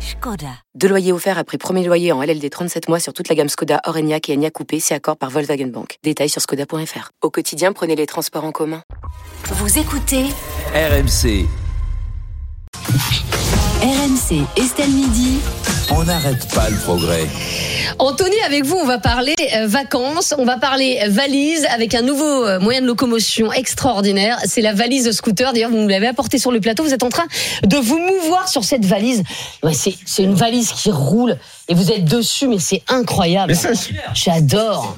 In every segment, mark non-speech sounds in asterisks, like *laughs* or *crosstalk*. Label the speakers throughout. Speaker 1: Skoda.
Speaker 2: Deux loyers offerts après premier loyer en LLD 37 mois sur toute la gamme Skoda, Orenia et Enya Coupé, c'est accord par Volkswagen Bank. Détails sur skoda.fr. Au quotidien, prenez les transports en commun.
Speaker 1: Vous écoutez
Speaker 3: RMC,
Speaker 1: RMC Estelle Midi.
Speaker 3: on n'arrête pas le progrès.
Speaker 4: Anthony, avec vous, on va parler euh, vacances, on va parler valise avec un nouveau euh, moyen de locomotion extraordinaire. C'est la valise de scooter. D'ailleurs, vous nous l'avez apportée sur le plateau. Vous êtes en train de vous mouvoir sur cette valise. Ouais, c'est c'est une valise qui roule et vous êtes dessus, mais c'est incroyable.
Speaker 5: Mais, ça,
Speaker 4: J'adore.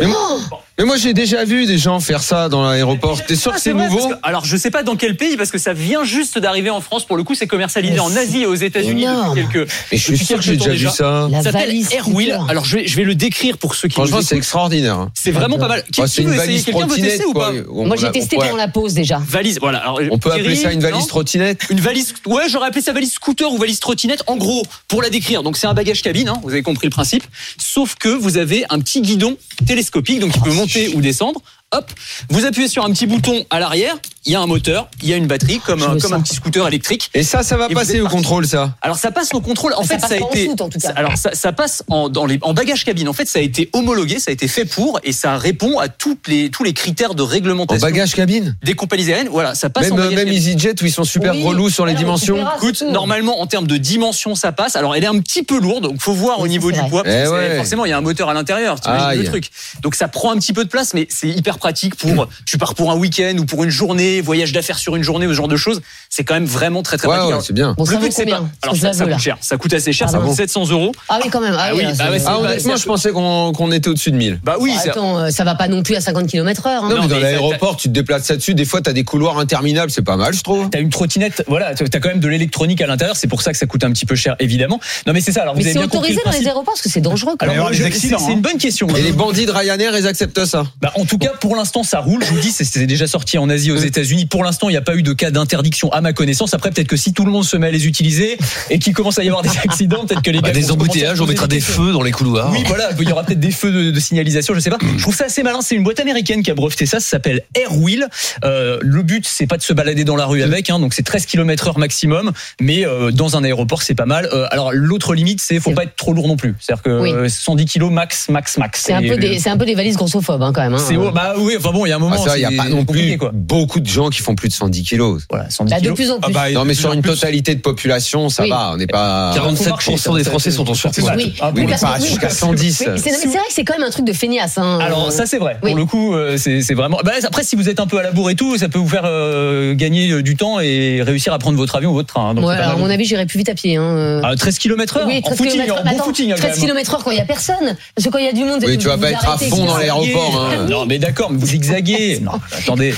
Speaker 5: mais moi, mais moi, j'ai déjà vu des gens faire ça dans l'aéroport. T'es sûr que c'est
Speaker 6: Ah, vrai,
Speaker 5: nouveau
Speaker 6: parce que- Alors, je sais pas dans quel pays, parce que ça vient juste d'arriver en France. Pour le coup, c'est commercialisé en Asie et aux États-Unis
Speaker 4: énorme.
Speaker 6: depuis quelques.
Speaker 5: Mais je suis
Speaker 6: depuis
Speaker 5: sûr que
Speaker 6: quelques
Speaker 5: j'ai
Speaker 6: temps
Speaker 5: déjà vu ça.
Speaker 4: La
Speaker 6: Ça s'appelle
Speaker 4: valise
Speaker 6: Airwheel.
Speaker 4: scooter.
Speaker 6: Alors, je vais, je vais le décrire pour ceux qui. nous
Speaker 5: Franchement, c'est
Speaker 6: écoutent.
Speaker 5: extraordinaire. hein.
Speaker 6: c'est vraiment pas mal. Qui,
Speaker 5: Bah,
Speaker 6: qui
Speaker 5: c'est une
Speaker 6: veut essayer
Speaker 5: valise
Speaker 6: Quelqu'un veut
Speaker 5: trottinette.
Speaker 6: tester ou
Speaker 5: quoi.
Speaker 6: pas
Speaker 5: On-
Speaker 4: Moi,
Speaker 5: on a-
Speaker 4: j'ai testé
Speaker 5: on pourrait-
Speaker 4: pendant la pause déjà.
Speaker 6: Valise, voilà. Alors,
Speaker 5: On peut
Speaker 6: Thierry,
Speaker 5: appeler ça une valise
Speaker 6: non
Speaker 5: trottinette
Speaker 6: Une valise, ouais, j'aurais appelé ça valise scooter ou valise trottinette. En gros, pour la décrire, donc c'est un bagage cabine, hein, vous avez compris le principe. Sauf que vous avez un petit guidon télescopique, donc il
Speaker 5: Oh,
Speaker 6: peut monter ou descendre. Hop, vous appuyez sur un petit bouton à l'arrière, il y a un moteur, il y a une batterie, comme,
Speaker 4: Je
Speaker 6: un,
Speaker 4: veux
Speaker 6: comme
Speaker 4: ça.
Speaker 6: un petit scooter électrique.
Speaker 5: Et ça, ça va
Speaker 6: Et vous
Speaker 5: passer
Speaker 6: êtes
Speaker 5: au
Speaker 6: parti.
Speaker 5: contrôle, ça.
Speaker 6: Alors ça passe au contrôle. En
Speaker 4: Ça
Speaker 6: fait,
Speaker 4: passe
Speaker 6: ça a
Speaker 4: pas en
Speaker 6: été.
Speaker 4: soute, en tout cas.
Speaker 6: ça- Alors ça, ça passe en, dans les, en bagage cabine. En fait, ça a été homologué, ça a été fait pour, et ça répond à toutes les, tous les critères de
Speaker 5: En
Speaker 6: réglementation
Speaker 5: bagage cabine.
Speaker 6: des compagnies aériennes. Voilà, ça passe
Speaker 5: Même,
Speaker 6: en bagage
Speaker 5: même
Speaker 6: cabine.
Speaker 5: EasyJet où ils sont super
Speaker 4: Oui.
Speaker 5: relous sur les
Speaker 4: Alors, on
Speaker 5: dimensions.
Speaker 4: verra,
Speaker 6: Écoute,
Speaker 4: Ah, c'est tout.
Speaker 6: normalement, en termes de dimension, ça passe. Alors, elle est un petit peu lourde, donc faut voir au
Speaker 4: Oui,
Speaker 6: niveau
Speaker 4: c'est
Speaker 6: du
Speaker 4: vrai.
Speaker 6: poids. parce
Speaker 5: Eh
Speaker 6: que c'est-
Speaker 5: ouais.
Speaker 6: Forcément, il y a un moteur à l'intérieur, t'imagines
Speaker 5: Aïe.
Speaker 6: le truc. Donc, ça prend un petit peu de place, mais c'est hyper pratique pour, tu pars pour un week-end ou pour une journée, voyage d'affaires sur une journée, ou ce genre de choses. C'est quand même vraiment très, très
Speaker 5: Ouais,
Speaker 6: pratique.
Speaker 5: ouais,
Speaker 6: Alors,
Speaker 5: c'est bien.
Speaker 4: Bon, ça
Speaker 6: le
Speaker 4: vaut
Speaker 6: but, c'est
Speaker 4: combien hein,
Speaker 6: pas.
Speaker 4: Parce
Speaker 6: Alors,
Speaker 4: que je
Speaker 6: ça,
Speaker 4: la
Speaker 6: ça
Speaker 4: veux,
Speaker 6: coûte
Speaker 4: là.
Speaker 6: cher. Ça coûte assez cher,
Speaker 4: Ah
Speaker 6: ça
Speaker 4: bon
Speaker 6: coûte 700 euros.
Speaker 4: Ah oui, quand même. Ah,
Speaker 6: Ah
Speaker 4: oui,
Speaker 6: oui,
Speaker 4: là,
Speaker 6: bah
Speaker 4: c'est-
Speaker 6: ouais, c'est-
Speaker 5: Ah, honnêtement, je pensais qu'on qu'on était au-dessus de 1000.
Speaker 6: Bah oui, ça-
Speaker 4: Attends, euh, ça va pas non plus à 50 km heure. hein.
Speaker 5: Non,
Speaker 6: Non,
Speaker 5: mais dans
Speaker 6: mais
Speaker 5: l'aéroport, tu te déplaces là-dessus. Des fois, t'as des couloirs interminables. C'est pas mal, je trouve.
Speaker 7: T'as une trottinette, voilà, t'as quand même de l'électronique à l'intérieur, c'est pour ça que ça coûte un petit peu cher, évidemment. Non, mais c'est ça. Alors,
Speaker 4: Mais
Speaker 7: vous avez
Speaker 4: c'est
Speaker 7: bien compris
Speaker 4: autorisé
Speaker 7: le
Speaker 4: dans les
Speaker 7: principe.
Speaker 4: aéroports parce que c'est dangereux. quand
Speaker 7: Alors,
Speaker 4: même. hein,
Speaker 7: moi, je- c'est c'est une bonne question.
Speaker 5: hein. Et les bandits de Ryanair, ils acceptent ça.
Speaker 7: Bah, en tout cas, pour l'instant, ça roule. Je vous dis, c'est- c'est déjà sorti en Asie, aux États-Unis. Pour l'instant, il n'y a pas eu de cas d'interdiction à ma connaissance. Après, peut-être que si tout le monde se met à les utiliser et qu'il commence à y avoir des *laughs* accidents, peut-être que les
Speaker 4: Bah,
Speaker 7: gars. vont commencer à se poser questions.
Speaker 8: dans les couloirs.
Speaker 7: Oui, voilà, il y aura peut-être des feux de, de signalisation, je sais pas. Je trouve ça assez malin. C'est une boîte américaine qui a breveté ça. Ça s'appelle Airwheel. Euh, le but, c'est pas de se balader dans la rue avec, hein, donc c'est 13 km heure maximum, mais euh, dans un aéroport, c'est pas mal. Euh, alors l'autre limite, c'est faut
Speaker 4: C'est-
Speaker 7: pas être trop lourd non plus. C'est-à-dire que
Speaker 4: Oui.
Speaker 7: euh, 110 kg max, max, max.
Speaker 4: C'est un,
Speaker 7: Et
Speaker 4: peu
Speaker 7: le-
Speaker 4: des- c'est un peu des valises grossophobes hein, quand même. hein.
Speaker 7: C'est haut. Bah oui, enfin bon, il y a un
Speaker 5: Ah,
Speaker 7: moment,
Speaker 5: ça, il
Speaker 7: c'est
Speaker 5: n'y a pas non
Speaker 7: compliqué,
Speaker 5: plus
Speaker 7: quoi.
Speaker 5: beaucoup de gens qui font plus de 110 kilos.
Speaker 7: Voilà, 110
Speaker 4: Bah, de
Speaker 7: kilos.
Speaker 4: plus en plus.
Speaker 5: non, mais sur une totalité de population, ça
Speaker 4: Oui.
Speaker 5: va. On n'est pas.
Speaker 8: 47% des Français sont en surpoids.
Speaker 4: Oui,
Speaker 7: Ah,
Speaker 5: Oui,
Speaker 4: Oui,
Speaker 5: mais
Speaker 4: parce
Speaker 5: pas
Speaker 4: que- oui,
Speaker 5: jusqu'à
Speaker 4: parce que-
Speaker 5: 110.
Speaker 4: Oui, c'est non, mais c'est vrai que c'est quand même un truc de feignasse. hein.
Speaker 7: Alors ça c'est vrai.
Speaker 4: Oui.
Speaker 7: Pour le coup, euh, c'est c'est vraiment. Bah, après, si vous êtes un peu à la bourre et tout, ça peut vous faire euh, gagner euh, du temps et réussir à prendre votre avion ou votre train. hein. Donc,
Speaker 4: Ouais,
Speaker 7: c'est pas
Speaker 4: alors, à
Speaker 7: mal.
Speaker 4: mon avis, j'irai plus vite à pied. hein.
Speaker 7: Ah, 13 km heure
Speaker 4: Oui,
Speaker 7: en
Speaker 4: 13
Speaker 7: footing,
Speaker 4: km
Speaker 7: en bon footing hein, quand
Speaker 4: 13
Speaker 7: même.
Speaker 4: km heure quand il n'y a personne. Parce que quand il y a du monde.
Speaker 5: Oui, tu
Speaker 4: vous
Speaker 5: vas pas
Speaker 4: vous
Speaker 5: être à
Speaker 4: arrêtez,
Speaker 5: fond dans
Speaker 4: etc.
Speaker 5: l'aéroport, hein.
Speaker 7: Non mais d'accord, mais vous
Speaker 4: *laughs*
Speaker 7: zigzaguez. Non, attendez.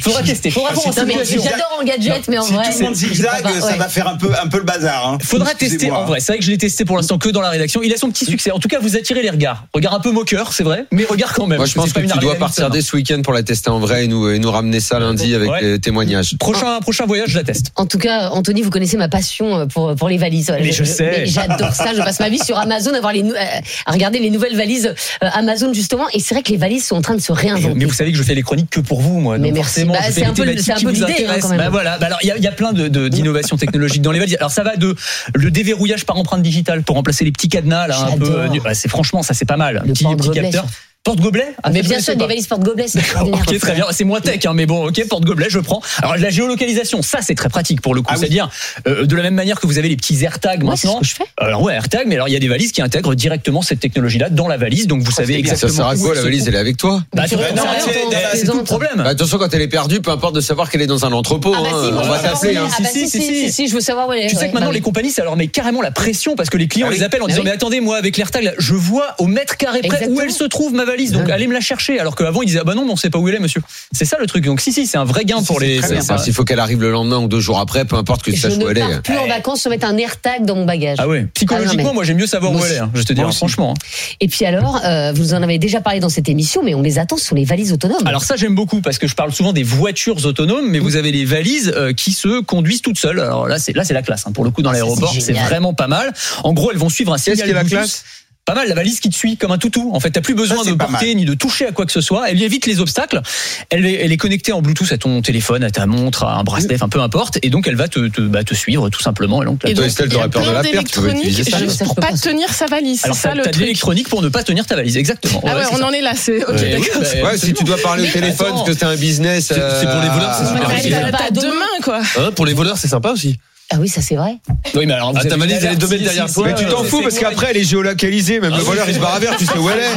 Speaker 7: Faudra tester. Faudra voir en
Speaker 4: Non, mais
Speaker 7: situation.
Speaker 4: J'adore en gadget, mais en
Speaker 9: si
Speaker 4: vrai.
Speaker 9: tout le monde
Speaker 4: j'y crois
Speaker 9: zigzag,
Speaker 4: pas,
Speaker 9: ça
Speaker 4: ouais.
Speaker 9: va faire un peu, un peu le bazar. hein.
Speaker 7: Faudra tester
Speaker 9: Excusez-moi,
Speaker 7: en
Speaker 9: hein.
Speaker 7: vrai. C'est vrai que je l'ai testé pour l'instant que dans la rédaction. Il a son petit succès. En tout cas, vous attirez les regards. Regard un peu moqueur, c'est vrai, mais regard quand même.
Speaker 5: Moi, je
Speaker 7: C'est
Speaker 5: pense que
Speaker 7: pas une
Speaker 5: tu dois
Speaker 7: Harley
Speaker 5: partir
Speaker 7: Davidson,
Speaker 5: dès ce week-end pour la tester en vrai et nous, et nous ramener ça lundi avec euh,
Speaker 7: Ouais.
Speaker 5: les témoignages.
Speaker 7: hein.
Speaker 5: Ah.
Speaker 7: Prochain, prochain voyage, je la teste.
Speaker 4: En tout cas, Anthony, vous connaissez ma passion euh, pour, pour les valises.
Speaker 7: Mais je sais.
Speaker 4: mais J'adore ça. Je passe ma vie sur Amazon à, voir les, nou- euh, à regarder les nouvelles valises euh, Amazon, justement. Et c'est vrai que les valises sont en train de se
Speaker 5: Ah,
Speaker 4: réinventer.
Speaker 7: Mais vous savez que je fais les chroniques que pour vous, moi.
Speaker 4: Mais
Speaker 7: Donc
Speaker 4: merci.
Speaker 7: forcément,
Speaker 4: Bah,
Speaker 7: je fais
Speaker 4: c'est
Speaker 7: les
Speaker 4: un peu le-
Speaker 7: thématiques
Speaker 4: c'est un
Speaker 7: qui
Speaker 4: peu
Speaker 7: vous
Speaker 4: l'idée, hein,
Speaker 7: intéressent.
Speaker 4: quand même.
Speaker 7: Bah, voilà. Bah, alors, il y, a- il y a plein de- de- d'innovations technologiques dans les valises. Alors, ça va de le déverrouillage par empreinte digitale pour remplacer les petits cadenas, là, un peu.
Speaker 4: J'adore.
Speaker 7: euh, nu- bah, c'est franchement, ça, c'est pas mal.
Speaker 4: Le
Speaker 7: petit, petit
Speaker 4: porte-gobelet,
Speaker 7: capteur.
Speaker 4: ça.
Speaker 7: Porte-gobelet Ah,
Speaker 4: Ah,
Speaker 7: ça,
Speaker 4: mais
Speaker 7: je
Speaker 4: bien
Speaker 7: connaissais
Speaker 4: sûr, des
Speaker 7: pas. Bah,
Speaker 4: valises porte-gobelets, c'est extraordinaire.
Speaker 7: Ok, très bien. C'est moins tech, hein, mais bon, ok, porte-gobelet, je prends. Alors, la géolocalisation, ça, c'est très pratique pour le coup.
Speaker 9: Ah oui.
Speaker 7: C'est-à-dire, euh, de la même manière que vous avez les petits AirTags
Speaker 4: Moi, c'est ce
Speaker 7: maintenant.
Speaker 4: que je fais.
Speaker 7: Alors, ouais, AirTag, mais alors, il y a des valises qui intègrent directement cette technologie-là dans la valise. Donc, vous savez
Speaker 5: Ah, Ça
Speaker 7: exactement.
Speaker 5: sert à
Speaker 7: où
Speaker 5: quoi
Speaker 7: se
Speaker 5: la valise
Speaker 7: trouve.
Speaker 5: Elle est avec toi
Speaker 7: Bah, tu
Speaker 4: Mais
Speaker 7: vois,
Speaker 4: non,
Speaker 7: ça,
Speaker 4: mais
Speaker 7: c'est-
Speaker 4: attends,
Speaker 7: c'est tout le problème.
Speaker 5: Bah, Attention, quand elle est perdue, peu importe de savoir qu'elle est dans un entrepôt.
Speaker 4: Ah bah
Speaker 5: hein,
Speaker 4: si, moi,
Speaker 5: on
Speaker 4: je
Speaker 5: va
Speaker 4: veux savoir où elle
Speaker 5: t'appeler.
Speaker 4: est.
Speaker 5: hein.
Speaker 4: Ah bah si, si, si, si, je veux savoir où elle est.
Speaker 7: Tu sais
Speaker 4: Ouais,
Speaker 7: que maintenant
Speaker 4: bah
Speaker 7: les
Speaker 4: oui.
Speaker 7: compagnies, ça leur met carrément la pression parce que les clients
Speaker 5: Ah oui.
Speaker 7: les appellent en
Speaker 4: Ah
Speaker 7: disant
Speaker 4: oui.
Speaker 7: mais attendez moi avec l'AirTag là, je vois au mètre carré près où
Speaker 4: Exactement.
Speaker 7: elle se trouve ma valise, donc allez me la chercher. Alors qu'avant, ils disaient, ah bah non, mais on sait pas où elle est, monsieur. C'est ça le truc. Donc, si, si, c'est un vrai gain pour les.
Speaker 5: C'est
Speaker 7: c'est-
Speaker 5: ça, S'il faut qu'elle arrive le lendemain ou deux jours après, peu importe que tu
Speaker 4: Je
Speaker 5: saches où
Speaker 4: ne
Speaker 5: elle
Speaker 4: pars
Speaker 5: est.
Speaker 4: plus en vacances sans mettre un AirTag dans mon bagage.
Speaker 7: Ah ouais. Psychologiquement,
Speaker 4: Ah non, mais-
Speaker 7: moi, j'aime mieux savoir où
Speaker 4: Moi
Speaker 7: elle est.
Speaker 4: aussi.
Speaker 7: hein. Je te
Speaker 4: Moi
Speaker 7: dis,
Speaker 4: aussi.
Speaker 7: franchement. hein.
Speaker 4: Et puis alors, euh, vous en avez déjà parlé dans cette émission, mais on les attend sur les valises autonomes.
Speaker 7: Alors ça j'aime beaucoup parce que je parle souvent des voitures autonomes, mais vous avez les valises euh, qui se conduisent toutes seules. Alors là c'est là c'est la classe hein. pour le coup dans l'aéroport,
Speaker 4: c'est
Speaker 7: c'est
Speaker 4: génial.
Speaker 7: vraiment pas mal. En gros elles vont suivre un signal.
Speaker 5: qui est la
Speaker 7: Bluetooth.
Speaker 5: classe
Speaker 7: pas mal la valise qui te suit comme un toutou. En fait, t'as plus besoin
Speaker 9: c'est
Speaker 7: de
Speaker 9: pas
Speaker 7: porter ni de toucher à quoi que ce soit. Elle évite les obstacles. Elle est, elle est connectée en Bluetooth à ton téléphone, à ta montre, à un bracelet, enfin peu importe. Et donc elle va te, te- bah, te suivre tout simplement. Et donc, là,
Speaker 10: Et
Speaker 5: Toi,
Speaker 10: donc,
Speaker 5: Estelle,
Speaker 10: il y a
Speaker 5: t'aurais peur de la
Speaker 10: plein
Speaker 5: perte, tu vas
Speaker 10: d'électronique
Speaker 5: utiliser ça,
Speaker 10: juste
Speaker 4: ça,
Speaker 10: pour
Speaker 4: je peux
Speaker 10: pas
Speaker 4: pas.
Speaker 10: tenir sa valise. C'est
Speaker 7: alors
Speaker 10: ça
Speaker 7: t'as
Speaker 10: le
Speaker 7: t'as de
Speaker 10: truc.
Speaker 7: l'électronique pour ne pas tenir ta valise, exactement.
Speaker 10: Ah ouais, on en est là. C'est ok,
Speaker 7: Ouais,
Speaker 10: d'accord.
Speaker 7: oui, bah,
Speaker 5: Ouais, si tu dois parler au
Speaker 10: Mais
Speaker 5: téléphone
Speaker 7: attends.
Speaker 5: parce que c'est un business.
Speaker 8: C'est- c'est pour les voleurs, c'est
Speaker 7: Ah.
Speaker 5: euh,
Speaker 8: super
Speaker 10: Ouais,
Speaker 8: facile.
Speaker 10: T'as
Speaker 7: Bah,
Speaker 10: t'as deux mains,
Speaker 5: Ah
Speaker 10: quoi.
Speaker 5: bah,
Speaker 8: Hein, Pour les voleurs, c'est sympa aussi.
Speaker 4: Ah oui, ça c'est vrai.
Speaker 7: Oui, mais alors, vous
Speaker 8: Ah, ta
Speaker 7: avez
Speaker 8: valise,
Speaker 7: une
Speaker 8: elle est
Speaker 7: alerte,
Speaker 8: deux mètres
Speaker 7: si-
Speaker 8: derrière
Speaker 7: si-
Speaker 8: toi.
Speaker 5: Mais tu t'en fous parce qu'après elle est géolocalisée, même le voleur il se barre à vert, tu sais où elle est.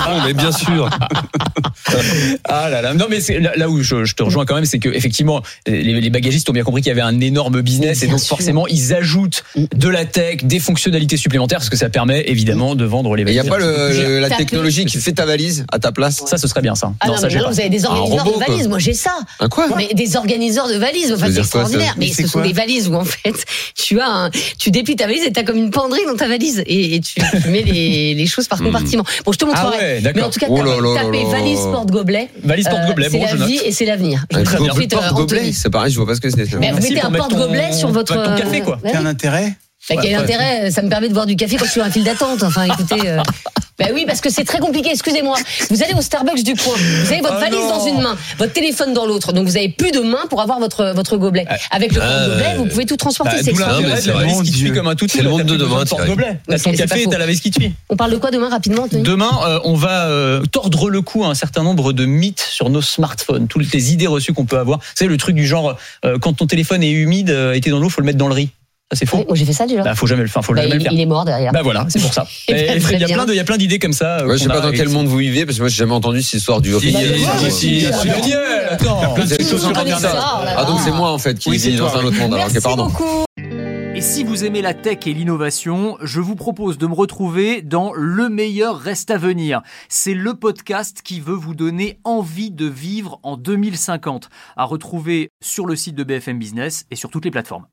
Speaker 8: Non, mais bien sûr.
Speaker 7: Ah là là, non mais c'est là, là où je, je te rejoins quand même, c'est que effectivement les, les bagagistes ont bien compris qu'il y avait un énorme business
Speaker 4: Mais
Speaker 7: et
Speaker 4: bien
Speaker 7: donc
Speaker 4: sûr.
Speaker 7: forcément ils ajoutent de la tech, des fonctionnalités supplémentaires parce que ça permet évidemment de vendre les
Speaker 5: Il n'y
Speaker 7: bagages.
Speaker 5: a pas le- le- la
Speaker 10: T'as
Speaker 5: technologie qui fait ta valise à ta place.
Speaker 7: Ça, ce serait bien ça.
Speaker 4: Ah non,
Speaker 7: ça
Speaker 4: mais
Speaker 7: j'ai
Speaker 4: non,
Speaker 7: pas.
Speaker 4: vous avez des organiseurs
Speaker 5: robot,
Speaker 4: de valises.
Speaker 5: quoi.
Speaker 4: Moi j'ai ça.
Speaker 5: Un quoi
Speaker 4: Mais des organiseurs de valises, enfin
Speaker 5: veut
Speaker 4: c'est
Speaker 5: dire quoi, ça
Speaker 4: extraordinaire.
Speaker 5: Mais
Speaker 4: mais ce sont des valises où en fait *laughs* tu as, un- tu déplies ta valise et t'as comme une penderie dans ta valise et, et tu, tu mets les, les choses par compartiment. Bon, je te
Speaker 7: Ah
Speaker 4: montrerai.
Speaker 7: ouais,
Speaker 4: mais
Speaker 7: d'accord.
Speaker 4: en tout cas,
Speaker 5: Oh là là
Speaker 4: taper, taper
Speaker 5: là là.
Speaker 4: valise porte gobelet.
Speaker 7: Valise porte gobelet,
Speaker 4: c'est
Speaker 7: bon, je
Speaker 4: la
Speaker 7: note.
Speaker 4: vie et c'est l'avenir. Je
Speaker 5: Un
Speaker 4: vous le
Speaker 5: go-
Speaker 4: répète, euh,
Speaker 5: porte-gobelet,
Speaker 4: Anthony.
Speaker 5: c'est pareil, je vois pas ce que c'est.
Speaker 4: Mais vous
Speaker 7: Merci
Speaker 4: mettez
Speaker 7: pour
Speaker 4: un
Speaker 7: mettre ton-
Speaker 4: porte-gobelet sur votre euh,
Speaker 7: ton café, quoi.
Speaker 4: Ouais.
Speaker 9: un intérêt
Speaker 4: Bah, quel intérêt Ça me permet de boire du café quand je suis sur un fil d'attente. Enfin,
Speaker 7: *laughs*
Speaker 4: écoutez. euh, Bah oui, parce que c'est très compliqué. Excusez-moi. Vous allez au Starbucks du coin. Vous avez votre
Speaker 7: Oh
Speaker 4: valise
Speaker 7: non.
Speaker 4: dans une main, votre téléphone dans l'autre. Donc vous avez plus de main pour avoir votre votre gobelet. Avec le
Speaker 8: Ah,
Speaker 4: gobelet, vous pouvez tout
Speaker 7: Bah,
Speaker 4: transporter. c'est
Speaker 7: D'où
Speaker 4: extraordinaire.
Speaker 8: mais
Speaker 7: l'intérêt de
Speaker 8: c'est
Speaker 7: la
Speaker 8: vrai.
Speaker 7: valise qui te
Speaker 8: Mon
Speaker 7: suit
Speaker 8: Dieu.
Speaker 7: comme un toutou.
Speaker 8: C'est le monde de demain,
Speaker 7: Porte
Speaker 8: Thierry.
Speaker 7: gobelet.
Speaker 4: Ouais,
Speaker 7: T'as ton
Speaker 4: c'est- c'est pas
Speaker 7: café et
Speaker 4: faux.
Speaker 7: t'as la valise qui te suit.
Speaker 4: On parle de quoi demain rapidement Anthony
Speaker 7: Demain, euh, on va euh, tordre le cou à un certain nombre de mythes sur nos smartphones, toutes les idées reçues qu'on peut avoir. Vous savez, le truc du genre, euh, quand ton téléphone est humide, euh, et t'es dans l'eau, faut le mettre dans le riz. Ça, c'est
Speaker 4: Ouais,
Speaker 7: faux.
Speaker 4: Moi j'ai fait ça déjà.
Speaker 7: Bah, faut jamais le faire. Faut
Speaker 4: Bah,
Speaker 7: jamais le
Speaker 4: il,
Speaker 7: faire.
Speaker 4: il est mort derrière.
Speaker 7: Bah voilà, c'est pour ça.
Speaker 4: Eh ben,
Speaker 7: Et
Speaker 4: très
Speaker 7: Il y a
Speaker 4: bien.
Speaker 7: plein de, il y a plein d'idées comme ça. euh,
Speaker 5: Ouais, je sais
Speaker 7: qu'on
Speaker 5: pas
Speaker 7: a
Speaker 5: dans quel
Speaker 7: avec-
Speaker 5: monde vous vivez parce que moi j'ai jamais entendu cette histoire du
Speaker 8: Si,
Speaker 5: riz.
Speaker 8: si,
Speaker 5: euh,
Speaker 8: si, si,
Speaker 5: euh,
Speaker 8: si.
Speaker 7: Génial, attends.
Speaker 5: vous avez
Speaker 4: Tout
Speaker 5: tous
Speaker 4: le monde
Speaker 5: entendu
Speaker 4: connaît ça, oh
Speaker 5: ça.
Speaker 4: là
Speaker 5: Ah donc
Speaker 4: là.
Speaker 5: c'est moi en fait qui
Speaker 8: Oui, c'est
Speaker 5: vis dans
Speaker 8: toi,
Speaker 5: un autre monde. Alors
Speaker 4: Merci
Speaker 5: ok pardon.
Speaker 4: beaucoup.
Speaker 6: Et si vous aimez la tech et l'innovation, je vous propose de me retrouver dans Le meilleur reste à venir. C'est le podcast qui veut vous donner envie de vivre en 2050. À retrouver sur le site de BFM Business et sur toutes les plateformes.